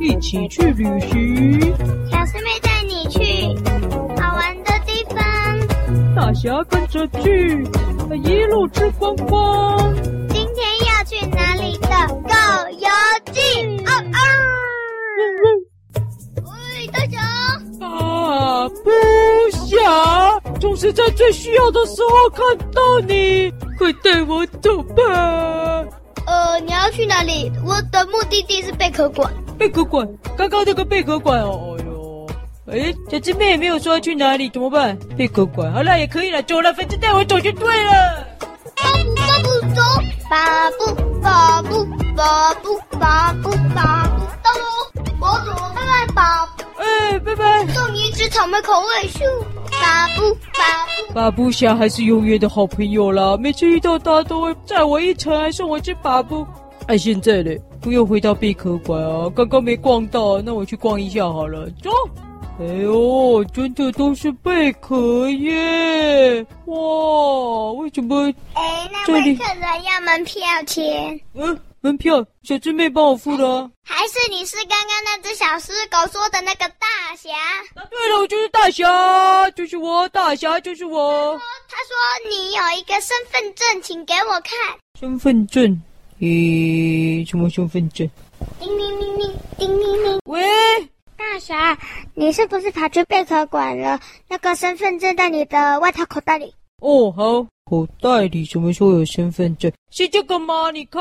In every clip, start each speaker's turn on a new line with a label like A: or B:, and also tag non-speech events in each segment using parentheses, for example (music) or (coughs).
A: 一起去旅行，
B: 小师妹带你去好玩的地方，
A: 大侠跟着去，一路吃光光。
B: 今天要去哪里的狗游记？哦哦！喂，大侠，
A: 啊，不想，总是在最需要的时候看到你，快带我走吧！
B: 呃，你要去哪里？我的目的地是贝壳馆。
A: 贝壳馆，刚刚那个贝壳馆哦，哎呦，哎，小师妹也没有说要去哪里，怎么办？贝壳馆，好了，也可以了，走了，反正带我走就对了。
B: 巴布巴布走，巴布巴布巴布巴布巴布走，我走，拜拜，巴布。
A: 哎，拜拜。
B: 送你一只草莓口味树，巴布巴布。
A: 巴布侠还是永远的好朋友啦，每次遇到他都会载我一程，还送我只巴布。哎，现在嘞，不用回到贝壳馆啊，刚刚没逛到，那我去逛一下好了，走。哎呦，真的都是贝壳耶！哇，为什么？
B: 哎，那
A: 这
B: 位
A: 里
B: 客人要门票钱，
A: 嗯，门票小智妹帮我付的、啊。
B: 还是你是刚刚那只小狮狗说的那个大侠？
A: 答对了，我就是大侠，就是我，大侠就是我。
B: 他说你有一个身份证，请给我看。
A: 身份证？咦，什么身份证？
B: 叮铃铃铃，叮铃铃。
A: 喂，
B: 大侠，你是不是跑去贝壳馆了？那个身份证在你的外套口袋里。
A: 哦，好，口袋里什么时候有身份证？是这个吗？你看，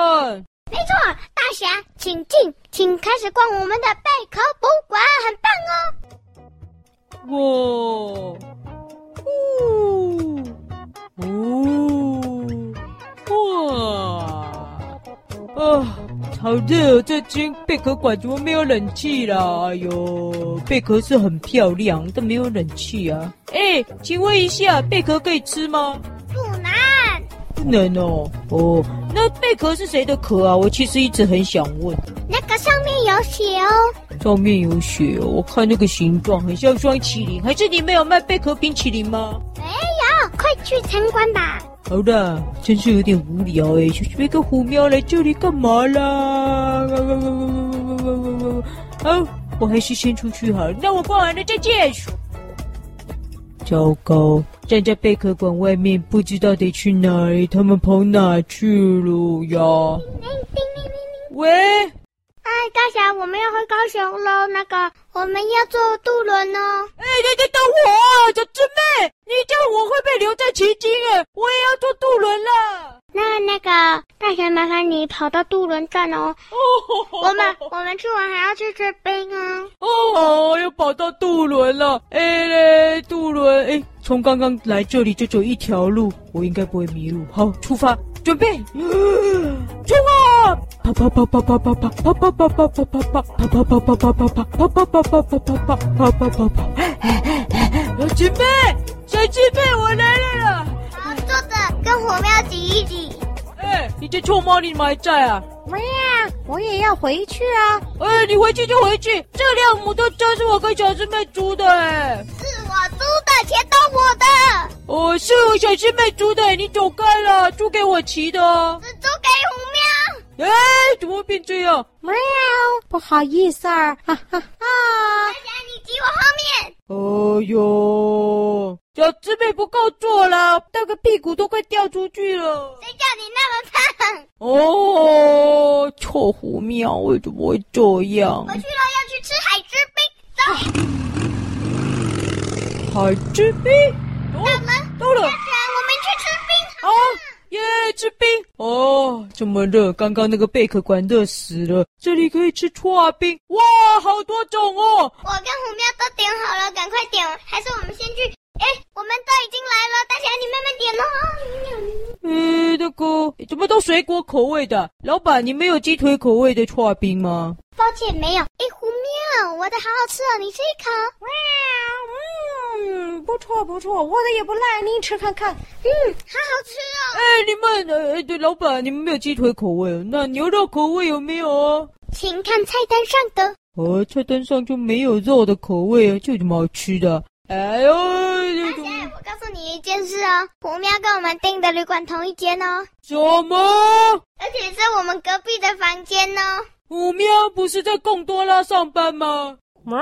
B: 没错，大侠，请进，请开始逛我们的贝壳博物馆，很棒哦。
A: 哇，哦，哦，哇，啊，好热哦！这间贝壳馆怎么没有冷气啦？哎呦，贝壳是很漂亮，但没有冷气啊。哎，请问一下，贝壳可以吃吗？
B: 不难，
A: 不能哦。哦，那贝壳是谁的壳啊？我其实一直很想问。
B: 那个上面有写哦。
A: 上面有雪、哦，我看那个形状很像双麒麟，还是你们有卖贝壳冰淇淋吗？
B: 没有，快去参观吧。
A: 好啦，真是有点无聊哎，小贝跟虎喵来这里干嘛啦？啊，我还是先出去好了，那我逛完了再见。糟糕，站在贝壳馆外面，不知道得去哪里，他们跑哪去了呀？
B: 叮叮叮叮叮。
A: 喂，
B: 哎，大侠，我们要回高雄喽。那个，我们要坐渡轮哦。
A: 哎，等等等我啊，小姊妹，你这样我会被留在奇经哎，我也要坐渡轮了。
B: 那那个大侠，麻烦你跑到渡轮站哦。
A: 哦
B: 我们我们去玩还要去吃冰哦。
A: (laughs) 哦，又跑到渡轮了。哎嘞，渡轮，哎，从刚刚来这里就只有一条路，我应该不会迷路。好，出发，准备，出发！啪啪啪啪啪啪啪啪啪啪啪啪啪啪啪啪啪啪啪啪啪啪啪啪啪啪啪啪啪啪。小姐妹，小姐妹，我来了啦！
B: 好，坐着跟火喵挤一挤。
A: 哎，你这臭猫，你怎么还在啊？
B: 喂呀，我也要回去啊。
A: 哎，你回去就回去，这辆摩托车是我跟小师妹租的哎。
B: 是我租的，钱都我的，
A: 哦，是我小师妹租的，你走开了，租给我骑的哦。
B: 是租给虎喵。
A: 哎，怎么会变这样？
B: 喵，不好意思啊，哈哈哈！大侠，你挤我后面。
A: 哎呦，小师妹不够坐了，那个屁股都快掉出去了。
B: 谁叫你那么胖？
A: 哦，臭狐喵，为什么会这样？
B: 回去了要去吃海之冰，走，
A: 海之冰，哦，到
B: 不然我
A: 了。
B: 们去吃冰。
A: 啊，耶，吃冰哦！这么热，刚刚那个贝壳馆热死了。这里可以吃搓啊冰，哇，好多种哦！
B: 我跟虎喵都点好了，赶快点，还是我们先去？哎，我们都已经来了，大侠你慢慢点哦喽。
A: 呃，那个怎么都水果口味的？老板，你没有鸡腿口味的搓啊冰吗？
B: 抱歉，没有。哎，虎喵，我的好好吃哦，你吃一口。哇，
C: 嗯，不错不错，我的也不赖，您吃看看。
B: 嗯，好好吃哦。
A: 哎，你们呃，对，老板，你们没有鸡腿口味，哦那牛肉口味有没有哦？
B: 请看菜单上的。
A: 哦，菜单上就没有肉的口味啊，这有什么好吃的？哎呦，这种
B: 哎，我告诉你一件事哦，虎喵跟我们订的旅馆同一间哦。
A: 什么？
B: 而且是我们隔壁的房间哦。
A: 虎喵不是在贡多拉上班吗？
C: 喵！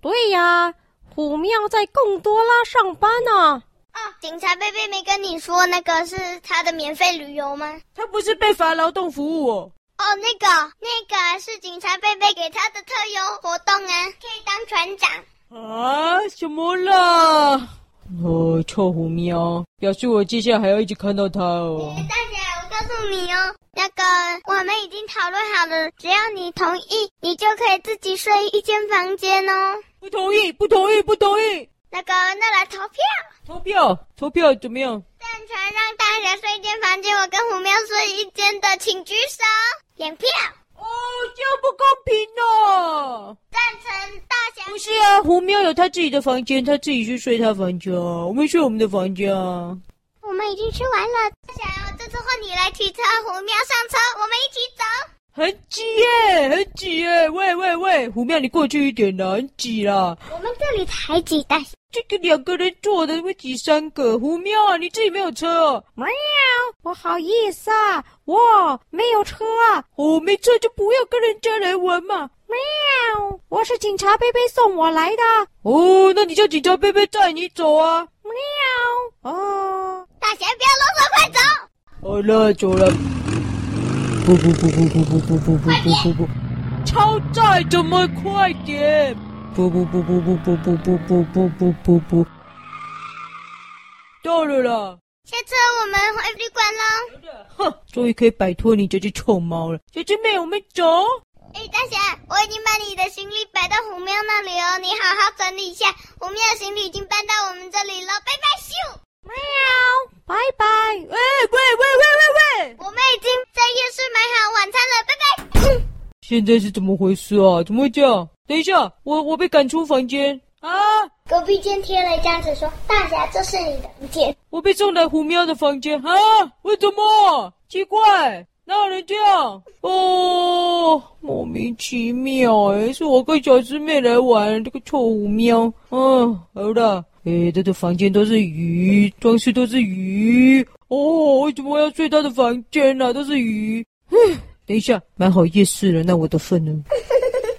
C: 对呀，虎喵在贡多拉上班呢、
B: 啊，警察贝贝没跟你说那个是他的免费旅游吗？
A: 他不是被罚劳动服务哦。
B: 哦，那个那个是警察贝贝给他的特优活动啊，可以当船长。
A: 啊，什么啦？哦，臭虎喵，表示我接下来还要一直看到它哦。
B: 哎大姐，我告诉你哦，那个我们已经讨论好了，只要你同意，你就可以自己睡一间房间哦。
A: 不同意，不同意，不同意！
B: 那个，那来投票，
A: 投票，投票怎么样？哦
B: 赞成让大姐睡一间房间，我跟虎喵睡一间的，请举手。点票，
A: 哦，这样不公平哦！
B: 赞成大侠
A: 不是啊，虎喵有他自己的房间，他自己去睡他房间啊，我们睡我们的房间啊。
B: 我们已经吃完了。大侠，这次换你来骑车，虎喵上车，我们一起走。
A: 很挤耶，很挤耶！喂喂喂，虎喵，你过去一点啦，很挤啦。
B: 我们这里才几大侠，
A: 这个两个人坐的会挤三个。虎喵啊，你自己没有车哦？
C: 喵！不好意思啊，我没有车啊。
A: 哦，没车就不要跟人家来玩嘛。
C: 喵！我是警察贝贝送我来的。
A: 哦，那你叫警察贝贝载你走啊。
C: 喵！哦，
B: 大侠不要啰嗦，快走。
A: 好了，走了。不不不不不不不不不不不不，超载，怎么快点？不不不不不不不不不不不不不，到了啦！
B: 下车我们回旅馆喽。
A: 哼，终于可以摆脱你这只臭猫了。小姐妹，我们走。
B: 哎，大侠，我已经把你的行李摆到虎喵那里哦，你好好整理一下。虎喵的行李已经搬到我们这里了，拜拜咻！
C: 喵！拜拜。
A: 喂喂喂喂喂喂！
B: 我们已经在夜市买好晚餐了，拜拜。嗯 (coughs)
A: 现在是怎么回事啊？怎么会这样？等一下，我我被赶出房间啊！
B: 隔壁间贴了一张纸说：“大侠，这是你的房间。
A: 我被送来虎喵的房间啊！为什么？奇怪，哪有人这样？哦，莫名其妙哎、是我跟小师妹来玩，这个臭虎喵。嗯、好了，诶、他的房间都是鱼，装饰都是鱼。哦，为什么我要睡他的房间呢、都是鱼。唉等一下，买好夜市了，那我的份呢？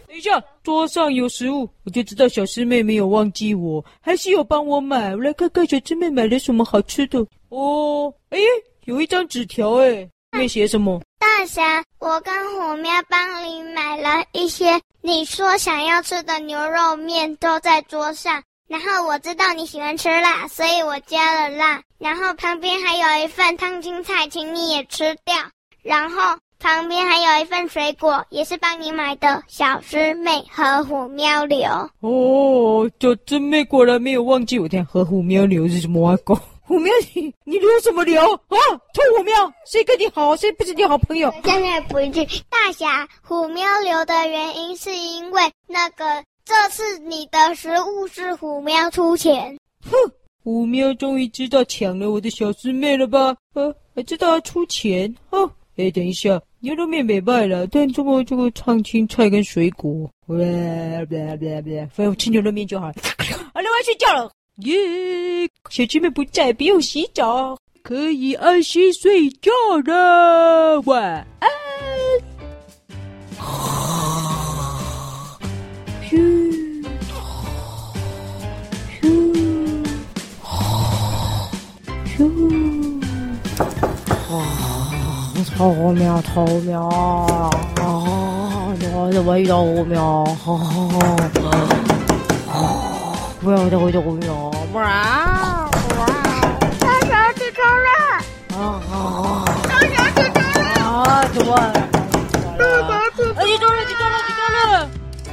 A: 等一下，桌上有食物，我就知道小师妹没有忘记我，还是有帮我买。我来看看小师妹买了什么好吃的。哦，哎，有一张纸条，哎，里面写什么？”
B: 大侠，我跟虎喵帮你买了一些你说想要吃的牛肉面，都在桌上。然后我知道你喜欢吃辣，所以我加了辣。然后旁边还有一份烫青菜，请你也吃掉。然后旁边还有一份水果，也是帮你买的小师妹和虎喵流。
A: 哦，小师妹果然没有忘记我。天，和虎喵流是什么啊？狗虎喵，你你流什么流啊？臭虎喵，谁跟你好，谁不是你好朋友？
B: 现在补一句，大侠虎喵流的原因是因为那个这次你的食物是虎喵出钱。
A: 虎喵终于知道抢了我的小师妹了吧？呃，还知道要出钱哦。哎，等一下，牛肉面没卖了，但这个这个烫青菜跟水果，喂喂喂喂，反正我吃牛肉面就好 (coughs) 了。好了，我要啊睡觉了。耶，小师妹不在，不用洗澡，可以安心睡觉了。晚安。嘘。
C: 偷喵，偷喵，啊！我怎么遇到五喵？不要再回头五喵！喵！
B: 大侠起床了，大侠起床了，
C: 啊！怎么？
B: 大侠起
A: 哎，你中了，你中了，你中了！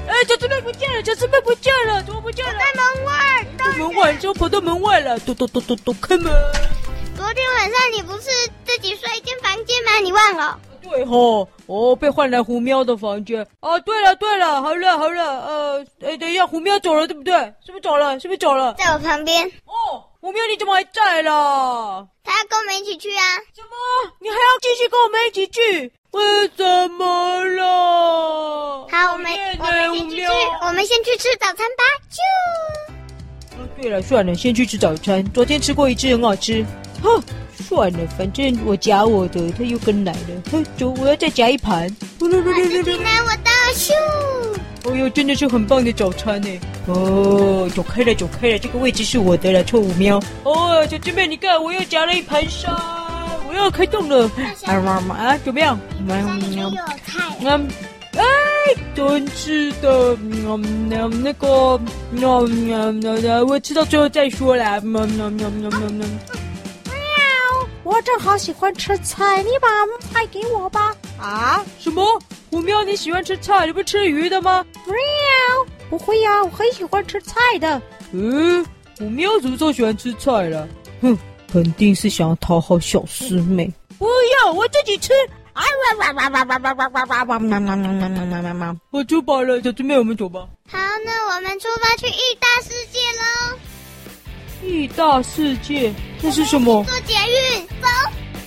A: 哎，小师妹不见了，小师妹不见了，怎么不见了？
B: 在门外。
A: 在门外，就跑到门外了，咚咚咚咚咚，开门！
B: 昨天晚上你不是自己睡一间房间吗？你忘了？
A: 对吼，哦，被换来虎喵的房间。哦，对了对了，好了好了，呃，哎，等一下，虎喵走了对不对？是不是走了？是不是走了？
B: 在我旁边，
A: 哦，虎喵你怎么还在啦？
B: 他要跟我们一起去啊。
A: 怎么？你还要继续跟我们一起去？为什么啦？
B: 好，我们
A: 讨
B: 我
A: 厌欸
B: 们先去
A: 虎喵
B: 吃，我们先去吃早餐吧。啾。
A: 哦对了，算了，先去吃早餐。昨天吃过一次，很好吃。哼，算了，反正我夹我的，他又跟来了。哼，走，我要再夹一盘。
B: 进来我的咻！
A: 哦哟，真的是很棒的早餐呢！哦，走开了，走开了，这个位置是我的了，臭五喵！哦，小智妹，你看，我又夹了一盘沙，我要开动了！啊妈妈啊，怎么样？
B: 上面又有菜，
A: 嗯，哎，真是的，嗯嗯，那个，嗯嗯嗯嗯，我吃到最后再说啦，嗯嗯嗯嗯嗯嗯，
C: 我正好喜欢吃菜，你把菜给我吧。啊，
A: 什么？五喵，你喜欢吃菜？你不吃鱼的吗？
C: 喵！不会呀、我很喜欢吃菜的。
A: 嗯，我喵怎么这么喜欢吃菜了？哼，肯定是想要讨好小师妹。不要，我自己吃。
C: 啊哇哇哇哇哇哇哇哇哇！喵喵喵喵喵喵喵喵！
A: 我出饱了，小师妹，我们走吧。
B: 好，那我们出发去异大世界喽！
A: 异大世界，这是什么？
B: 坐捷运，走，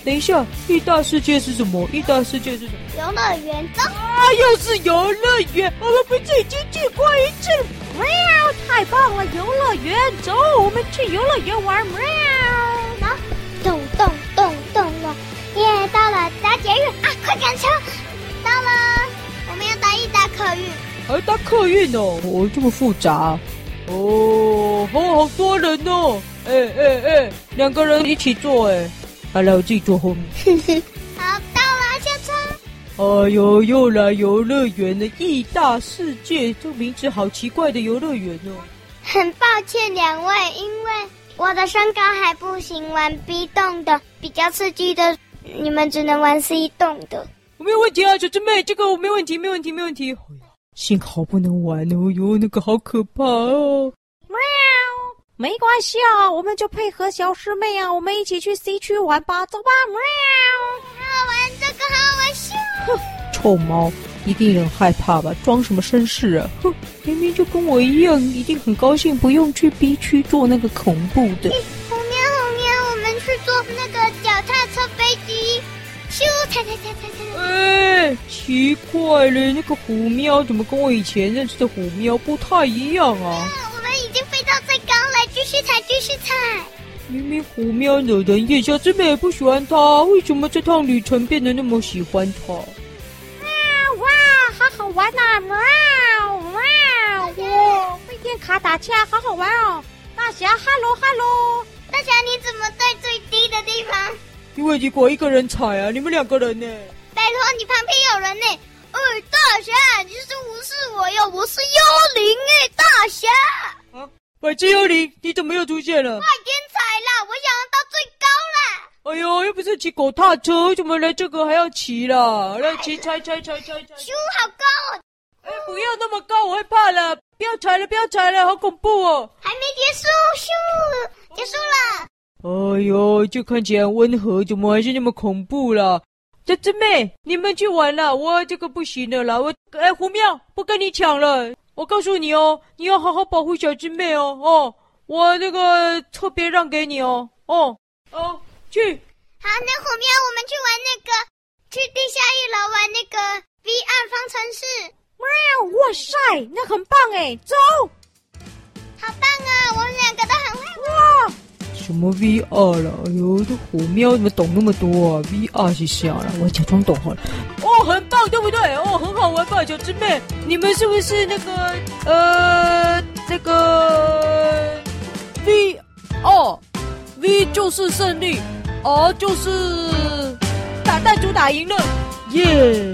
A: 等一下，异大世界是什么？异大世界是什么？
B: 游乐园，走。
A: 啊，又是游乐园，我们不是已经去过一次？
C: 喵！太棒了，游乐园，走，我们去游乐园玩。喵！
B: 然后咚咚咚咚咚，耶！到了搭捷运啊，快赶车！到了，我们要搭一搭客运。
A: 还搭客运哦，哦，这么复杂、哦，哦，好多人哦，哎哎哎，两个人一起坐哎，好了，我自己坐后面。
B: 好，到了，下车。
A: 哎呦，又来游乐园了！异大世界，这名字好奇怪的游乐园哦。
B: 很抱歉两位，因为我的身高还不行，玩 B 栋的比较刺激的，你们只能玩 C 栋的。
A: 我没有问题啊，小师妹，这个我没问题，没问题，没问题。哎幸好不能玩哦，哟，那个好可怕哦。
C: 没关系啊，我们就配合小师妹啊，我们一起去 C 区玩吧，走吧。喵！
B: 好玩，这个好玩笑。
A: 臭猫，一定很害怕吧？装什么绅士啊？哼，明明就跟我一样，一定很高兴，不用去 B 区做那个恐怖的。
B: 红喵红喵，我们去坐那个脚踏车飞机，咻，踩踩踩踩踩。
A: 哎，奇怪了，那个虎喵怎么跟我以前认识的虎喵不太一样啊？
B: 啊我们已经飞到最高了，继续踩，继续踩。
A: 明明虎喵惹人厌，小智妹也不喜欢它，为什么这趟旅程变得那么喜欢它？
C: 哇，好好玩呐、喵！喵！哇，会电卡打架，好好玩哦。大侠哈喽哈喽，
B: 大侠，你怎么在最低的地方？
A: 因为结果一个人踩啊，你们两个人呢？
B: 拜托，你旁边有人呢。哦，大侠，你是无视我哟，我是幽灵哎，大侠，快
A: 百只幽灵，你怎么又出现了？
B: 点踩啦，我想要到最高啦。
A: 哎呦，又不是骑狗踏车，为什么来这个还要骑啦？来骑，踩踩踩踩踩！
B: 咻，好高哦，
A: 哎，不要那么高，我会怕了！不要踩了，不要踩了，好恐怖哦！
B: 还没结束，咻，结束了。
A: 哎呦，这看起来很温和，怎么还是那么恐怖啦？小姊妹，你们去玩啦，我这个不行了啦！我哎，胡妙，不跟你抢了。我告诉你哦，你要好好保护小姊妹哦哦，我那个特别让给你哦哦哦，去
B: 好，那虎喵，我们去玩那个，去地下一楼玩那个 V 二方程式，
C: 喵！哇塞，那很棒哎，走！
B: 好棒啊！我们两个都很会玩。
C: 哇，
A: 什么 VR 了？哎呦，这虎喵怎么懂那么多啊？VR 是啥了？我假装懂好了。哦，很棒，对不对？哦，很好玩吧，小师妹？你们是不是那个呃那个 V 哦 V 就是胜利，R 就是打弹珠打赢了，耶、